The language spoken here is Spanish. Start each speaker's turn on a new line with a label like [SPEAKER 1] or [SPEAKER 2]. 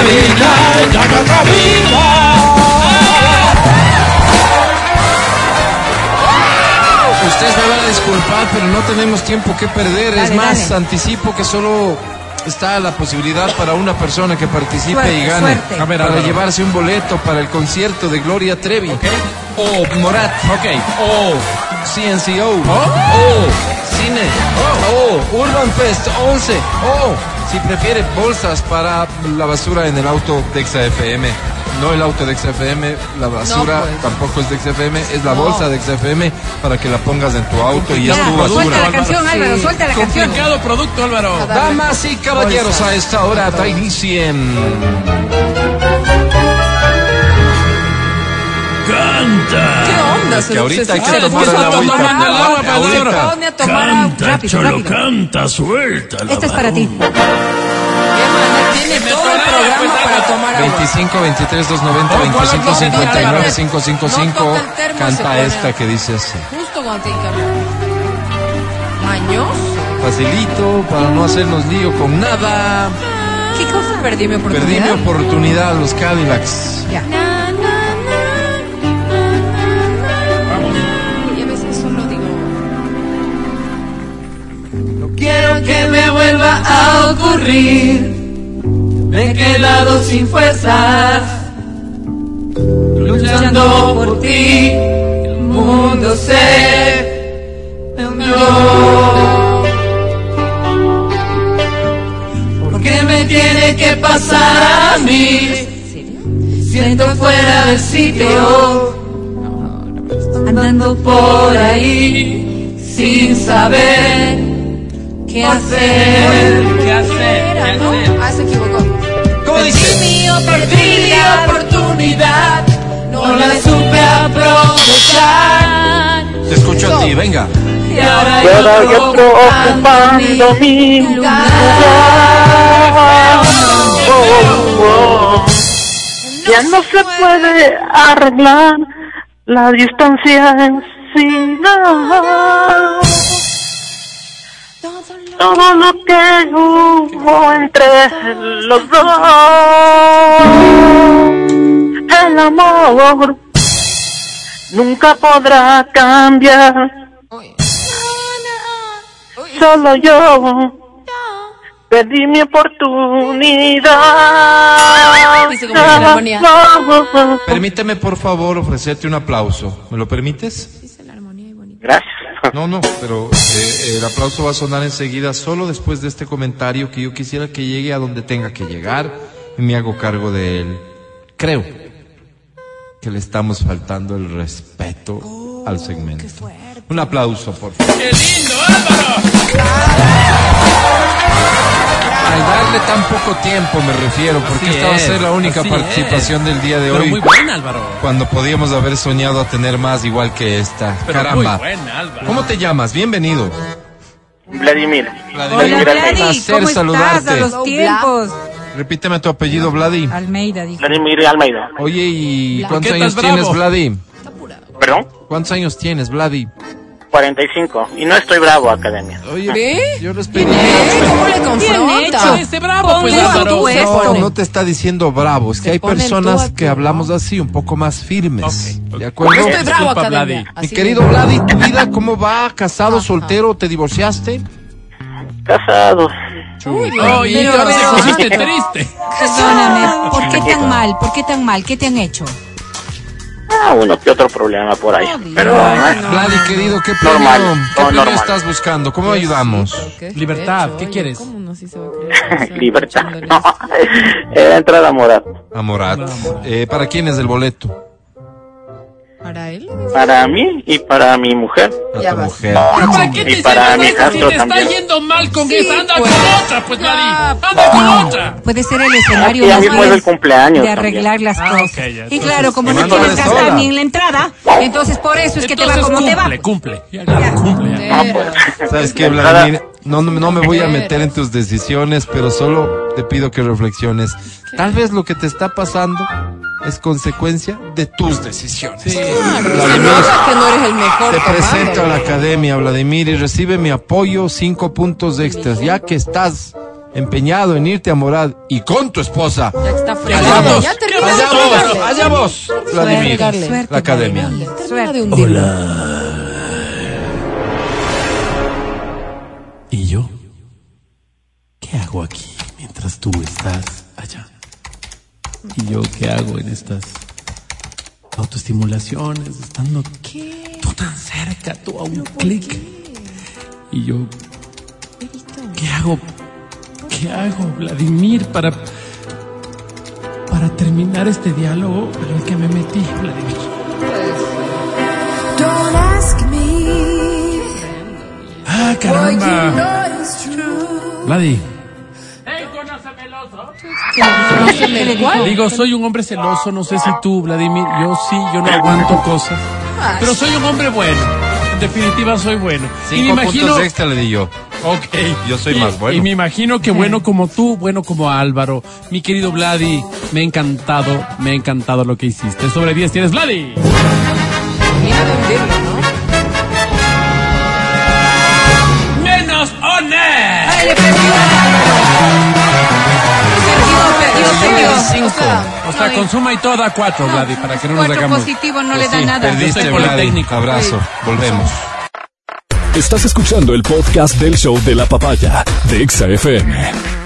[SPEAKER 1] musical de nuestra vida.
[SPEAKER 2] Ustedes me van a disculpar, pero no tenemos tiempo que perder.
[SPEAKER 3] Dale,
[SPEAKER 2] es más,
[SPEAKER 3] dale.
[SPEAKER 2] anticipo que solo está la posibilidad para una persona que participe
[SPEAKER 3] Suerte,
[SPEAKER 2] y gane
[SPEAKER 3] suerte.
[SPEAKER 2] A ver, para llevarse un boleto para el concierto de Gloria Trevi o Morat o CNCO
[SPEAKER 1] Oh.
[SPEAKER 2] o Cine o Urban Fest 11 o si prefiere bolsas para la basura en el auto de XFM no el auto de XFM, la basura
[SPEAKER 3] pues.
[SPEAKER 2] tampoco es de XFM, es la
[SPEAKER 3] No.
[SPEAKER 2] bolsa de XFM para que la pongas en tu auto y es
[SPEAKER 3] Ya,
[SPEAKER 2] tu
[SPEAKER 3] suelta
[SPEAKER 2] basura.
[SPEAKER 3] la canción, Álvaro, suelta la canción.
[SPEAKER 1] Complicado producto, Álvaro.
[SPEAKER 2] Damas y caballeros, a esta hora da inicio en
[SPEAKER 1] Canta.
[SPEAKER 3] ¿Qué onda?
[SPEAKER 2] que ahorita hay que
[SPEAKER 3] se les
[SPEAKER 2] tomar
[SPEAKER 3] puso
[SPEAKER 2] la
[SPEAKER 3] a tomar
[SPEAKER 2] vuelta.
[SPEAKER 3] agua,
[SPEAKER 2] Ahorita,
[SPEAKER 3] agua,
[SPEAKER 2] ahorita.
[SPEAKER 3] se pone a tomar agua.
[SPEAKER 1] Canta,
[SPEAKER 3] rápido,
[SPEAKER 1] Cholo,
[SPEAKER 3] rápido.
[SPEAKER 1] canta, suelta.
[SPEAKER 3] Esta es para ti. Qué mana, tiene todo el programa para tomar agua.
[SPEAKER 2] 25 23 290 25 59 555 canta esta que dice así.
[SPEAKER 3] Justo cuando tiene que hablar. Mañoso.
[SPEAKER 2] Facilito para no hacernos lío con nada.
[SPEAKER 3] ¿Qué cosa perdí mi
[SPEAKER 2] Perdí mi
[SPEAKER 3] oportunidad?
[SPEAKER 2] oportunidad a los Cadillacs.
[SPEAKER 3] Ya. Y a veces solo digo.
[SPEAKER 2] No quiero
[SPEAKER 3] Que me vuelva a ocurrir.
[SPEAKER 2] me he
[SPEAKER 3] quedado sin fuerzas. Luchando por ti. El mundo se.
[SPEAKER 4] ¿Qué me tiene que pasar a mí?
[SPEAKER 3] ¿En serio?
[SPEAKER 4] Siento fuera del sitio, andando por ahí sin saber
[SPEAKER 3] ¿Qué
[SPEAKER 4] hacer.
[SPEAKER 1] ¿Qué hace?
[SPEAKER 3] Era, ¿no? Ah, se equivocó.
[SPEAKER 2] ¿Cómo dice?
[SPEAKER 3] mi
[SPEAKER 4] Perdí la oportunidad, no la supe aprovechar.
[SPEAKER 2] Te escucho a ti, venga.
[SPEAKER 4] Y ahora
[SPEAKER 5] Y ahora yo
[SPEAKER 4] yo
[SPEAKER 5] estoy ocupando
[SPEAKER 4] mi
[SPEAKER 5] mi lugar. Oh, oh, oh. Ya no se puede arreglar la distancia en sí. no. Todo lo que hubo entre los dos, el amor nunca podrá cambiar solo yo perdí mi oportunidad.
[SPEAKER 3] Dice como la armonía.
[SPEAKER 2] Permíteme por favor ofrecerte un aplauso. ¿Me lo permites?
[SPEAKER 5] Gracias.
[SPEAKER 2] No, no, pero eh, el aplauso va a sonar enseguida solo después de este comentario que yo quisiera que llegue a donde tenga que llegar y me hago cargo de él. Creo que le estamos faltando el respeto al segmento. Un aplauso, por favor.
[SPEAKER 1] ¡Qué lindo, Álvaro!
[SPEAKER 2] Al darle tan poco tiempo me refiero, porque
[SPEAKER 1] Así
[SPEAKER 2] esta va a
[SPEAKER 1] es,
[SPEAKER 2] ser la única
[SPEAKER 1] así
[SPEAKER 2] participación del día de
[SPEAKER 1] Pero
[SPEAKER 2] hoy.
[SPEAKER 1] muy buena, Álvaro.
[SPEAKER 2] Cuando podíamos haber soñado a tener más igual que esta.
[SPEAKER 1] Pero
[SPEAKER 2] Caramba.
[SPEAKER 1] muy buena, Álvaro.
[SPEAKER 2] ¿Cómo te llamas? Bienvenido. Vladimir.
[SPEAKER 5] Vladimir.
[SPEAKER 3] Hola,
[SPEAKER 5] Hola,
[SPEAKER 2] Un
[SPEAKER 5] Vladi,
[SPEAKER 3] Vladi,
[SPEAKER 2] placer
[SPEAKER 3] ¿cómo estás
[SPEAKER 2] saludarte.
[SPEAKER 3] a los tiempos?
[SPEAKER 2] Repíteme tu apellido, Vladi.
[SPEAKER 3] Almeida dijo.
[SPEAKER 5] Vladimir Almeida.
[SPEAKER 2] Oye, ¿y
[SPEAKER 3] Vladi.
[SPEAKER 2] cuántos
[SPEAKER 1] ¿Qué
[SPEAKER 2] años
[SPEAKER 1] estás
[SPEAKER 2] tienes,
[SPEAKER 1] bravo?
[SPEAKER 2] Vladi?
[SPEAKER 5] ¿Perdón?
[SPEAKER 2] ¿Cuántos años tienes, Vladi?
[SPEAKER 5] 45. Y no estoy bravo, academia.
[SPEAKER 2] Oye,
[SPEAKER 3] ¿Ve?
[SPEAKER 2] yo respeto.
[SPEAKER 3] ¿Cómo le confronta?
[SPEAKER 1] Ese bravo, pues,
[SPEAKER 3] Ponle
[SPEAKER 1] Álvaro.
[SPEAKER 3] tú eso.
[SPEAKER 2] No, no te está diciendo bravo. Es que hay
[SPEAKER 3] ponen tú
[SPEAKER 2] personas
[SPEAKER 3] a
[SPEAKER 2] que
[SPEAKER 3] tú,
[SPEAKER 2] hablamos así, un poco más firmes.
[SPEAKER 1] Ok, ok.
[SPEAKER 2] ¿De acuerdo?
[SPEAKER 3] Yo estoy bravo,
[SPEAKER 1] Disculpa,
[SPEAKER 3] academia.
[SPEAKER 1] Vladi.
[SPEAKER 2] Mi
[SPEAKER 3] Este- Así
[SPEAKER 2] querido
[SPEAKER 3] de-
[SPEAKER 2] Vladi, ¿tu vida cómo va? ¿Casado, soltero? ¿Te divorciaste?
[SPEAKER 5] Casado.
[SPEAKER 3] Uy, Dios
[SPEAKER 1] Oye,
[SPEAKER 3] mío,
[SPEAKER 1] ahora sí
[SPEAKER 3] Alberto.
[SPEAKER 1] pusiste triste.
[SPEAKER 3] Perdóname, ¿por qué tan mal? ¿Por qué tan mal? ¿Qué te han hecho?
[SPEAKER 5] Ah, uno que otro problema por ahí. Pero ah,
[SPEAKER 2] Vladi, querido, ¿qué premio,
[SPEAKER 5] Normal,
[SPEAKER 2] ¿qué
[SPEAKER 5] no,
[SPEAKER 2] premio
[SPEAKER 5] normal.
[SPEAKER 2] estás buscando?
[SPEAKER 3] Pues,
[SPEAKER 2] ¿Cómo ayudamos?
[SPEAKER 1] Libertad, ¿qué quieres?
[SPEAKER 5] libertad. No. Era entrada moral.
[SPEAKER 2] A Morat. Eh, ¿Para quién es el boleto?
[SPEAKER 3] Para él.
[SPEAKER 5] Para mí y para mi mujer.
[SPEAKER 2] A
[SPEAKER 3] Ya
[SPEAKER 2] tu
[SPEAKER 3] vas.
[SPEAKER 2] mujer.
[SPEAKER 1] ¿Pero para qué te
[SPEAKER 5] Y para mi
[SPEAKER 1] sientes mal si
[SPEAKER 5] Castro
[SPEAKER 1] te está
[SPEAKER 5] también.
[SPEAKER 1] yendo mal con
[SPEAKER 3] Sí,
[SPEAKER 1] esa? Anda
[SPEAKER 3] pues.
[SPEAKER 1] con otra, pues,
[SPEAKER 3] Ya,
[SPEAKER 1] Vladi. Anda con otra.
[SPEAKER 3] Puede ser el escenario
[SPEAKER 5] Ah, ya
[SPEAKER 3] más
[SPEAKER 5] mismo es
[SPEAKER 3] bien
[SPEAKER 5] el cumpleaños
[SPEAKER 3] de arreglar las
[SPEAKER 1] Ah,
[SPEAKER 3] cosas.
[SPEAKER 1] ok, ya,
[SPEAKER 3] y
[SPEAKER 1] entonces,
[SPEAKER 3] claro, como
[SPEAKER 2] si
[SPEAKER 3] no
[SPEAKER 2] no, no
[SPEAKER 3] quieres
[SPEAKER 2] eres
[SPEAKER 3] gastar
[SPEAKER 2] sola.
[SPEAKER 3] ni en la entrada, entonces por eso es que te va
[SPEAKER 1] Entonces,
[SPEAKER 3] como te va.
[SPEAKER 1] cumple, cumple. Ya, claro, cumple. ya.
[SPEAKER 5] No, pues,
[SPEAKER 2] ¿Sabes qué, Vladimir? No, no, no me voy a meter en tus decisiones, pero solo te pido que reflexiones. Tal vez lo que te está pasando es consecuencia de tus decisiones.
[SPEAKER 3] Se
[SPEAKER 2] Vladimir,
[SPEAKER 3] nota que no eres el mejor.
[SPEAKER 2] te
[SPEAKER 3] tomando.
[SPEAKER 2] presento a la academia, Vladimir, y recibe mi apoyo, cinco puntos extras, ya que estás empeñado en irte a Morad y con tu esposa.
[SPEAKER 3] Ya está
[SPEAKER 2] Allá
[SPEAKER 3] fregado.
[SPEAKER 2] vos,
[SPEAKER 3] Ya termina
[SPEAKER 2] allá
[SPEAKER 3] de
[SPEAKER 2] vos,
[SPEAKER 3] fregarle.
[SPEAKER 2] allá vos, Vladimir, la academia.
[SPEAKER 3] Termina de hundirlo.
[SPEAKER 6] Hola. ¿Y yo? ¿Qué hago aquí mientras tú estás allá? ¿Y yo qué hago en estas autoestimulaciones, estando tú tan cerca, tú a un clic? ¿Y yo qué hago? ¿Qué hago, Vladimir, para para terminar este diálogo en el que me metí, Vladimir?
[SPEAKER 7] Don't ask me
[SPEAKER 6] Ah,
[SPEAKER 7] what you
[SPEAKER 6] caramba.
[SPEAKER 7] know is true.
[SPEAKER 6] Vladi,
[SPEAKER 3] ¿Cuál?
[SPEAKER 6] digo, soy un hombre celoso, no sé si tú, Vladimir, yo sí, yo no aguanto cosas, pero soy un hombre bueno. En definitiva soy bueno. y me
[SPEAKER 2] Cinco
[SPEAKER 6] imagino
[SPEAKER 2] puntos extra le di yo.
[SPEAKER 6] Ok.
[SPEAKER 2] Yo soy
[SPEAKER 6] Y-
[SPEAKER 2] más bueno.
[SPEAKER 6] Y me imagino que bueno como tú, bueno como Álvaro. Mi querido Vladi, me ha encantado, me ha encantado lo que hiciste. Sobre 10 tienes Vladi.
[SPEAKER 3] Termina de hundirlo, ¿no?
[SPEAKER 6] Menos one.
[SPEAKER 3] ¡Ay, le perdió! Perdió, perdió, perdió.
[SPEAKER 6] Cinco.
[SPEAKER 3] O sea,
[SPEAKER 6] O sea,
[SPEAKER 3] no,
[SPEAKER 6] consuma y toda cuatro, Vladi, para que no nos
[SPEAKER 3] cuatro
[SPEAKER 6] hagamos.
[SPEAKER 3] positivo no le da
[SPEAKER 2] Pues Sí,
[SPEAKER 3] nada.
[SPEAKER 6] Yo
[SPEAKER 2] perdiste,
[SPEAKER 6] soy
[SPEAKER 2] Vladi.
[SPEAKER 6] politécnico.
[SPEAKER 2] Abrazo. Volvemos.
[SPEAKER 8] Estás escuchando el podcast del show de la papaya de Exa FM.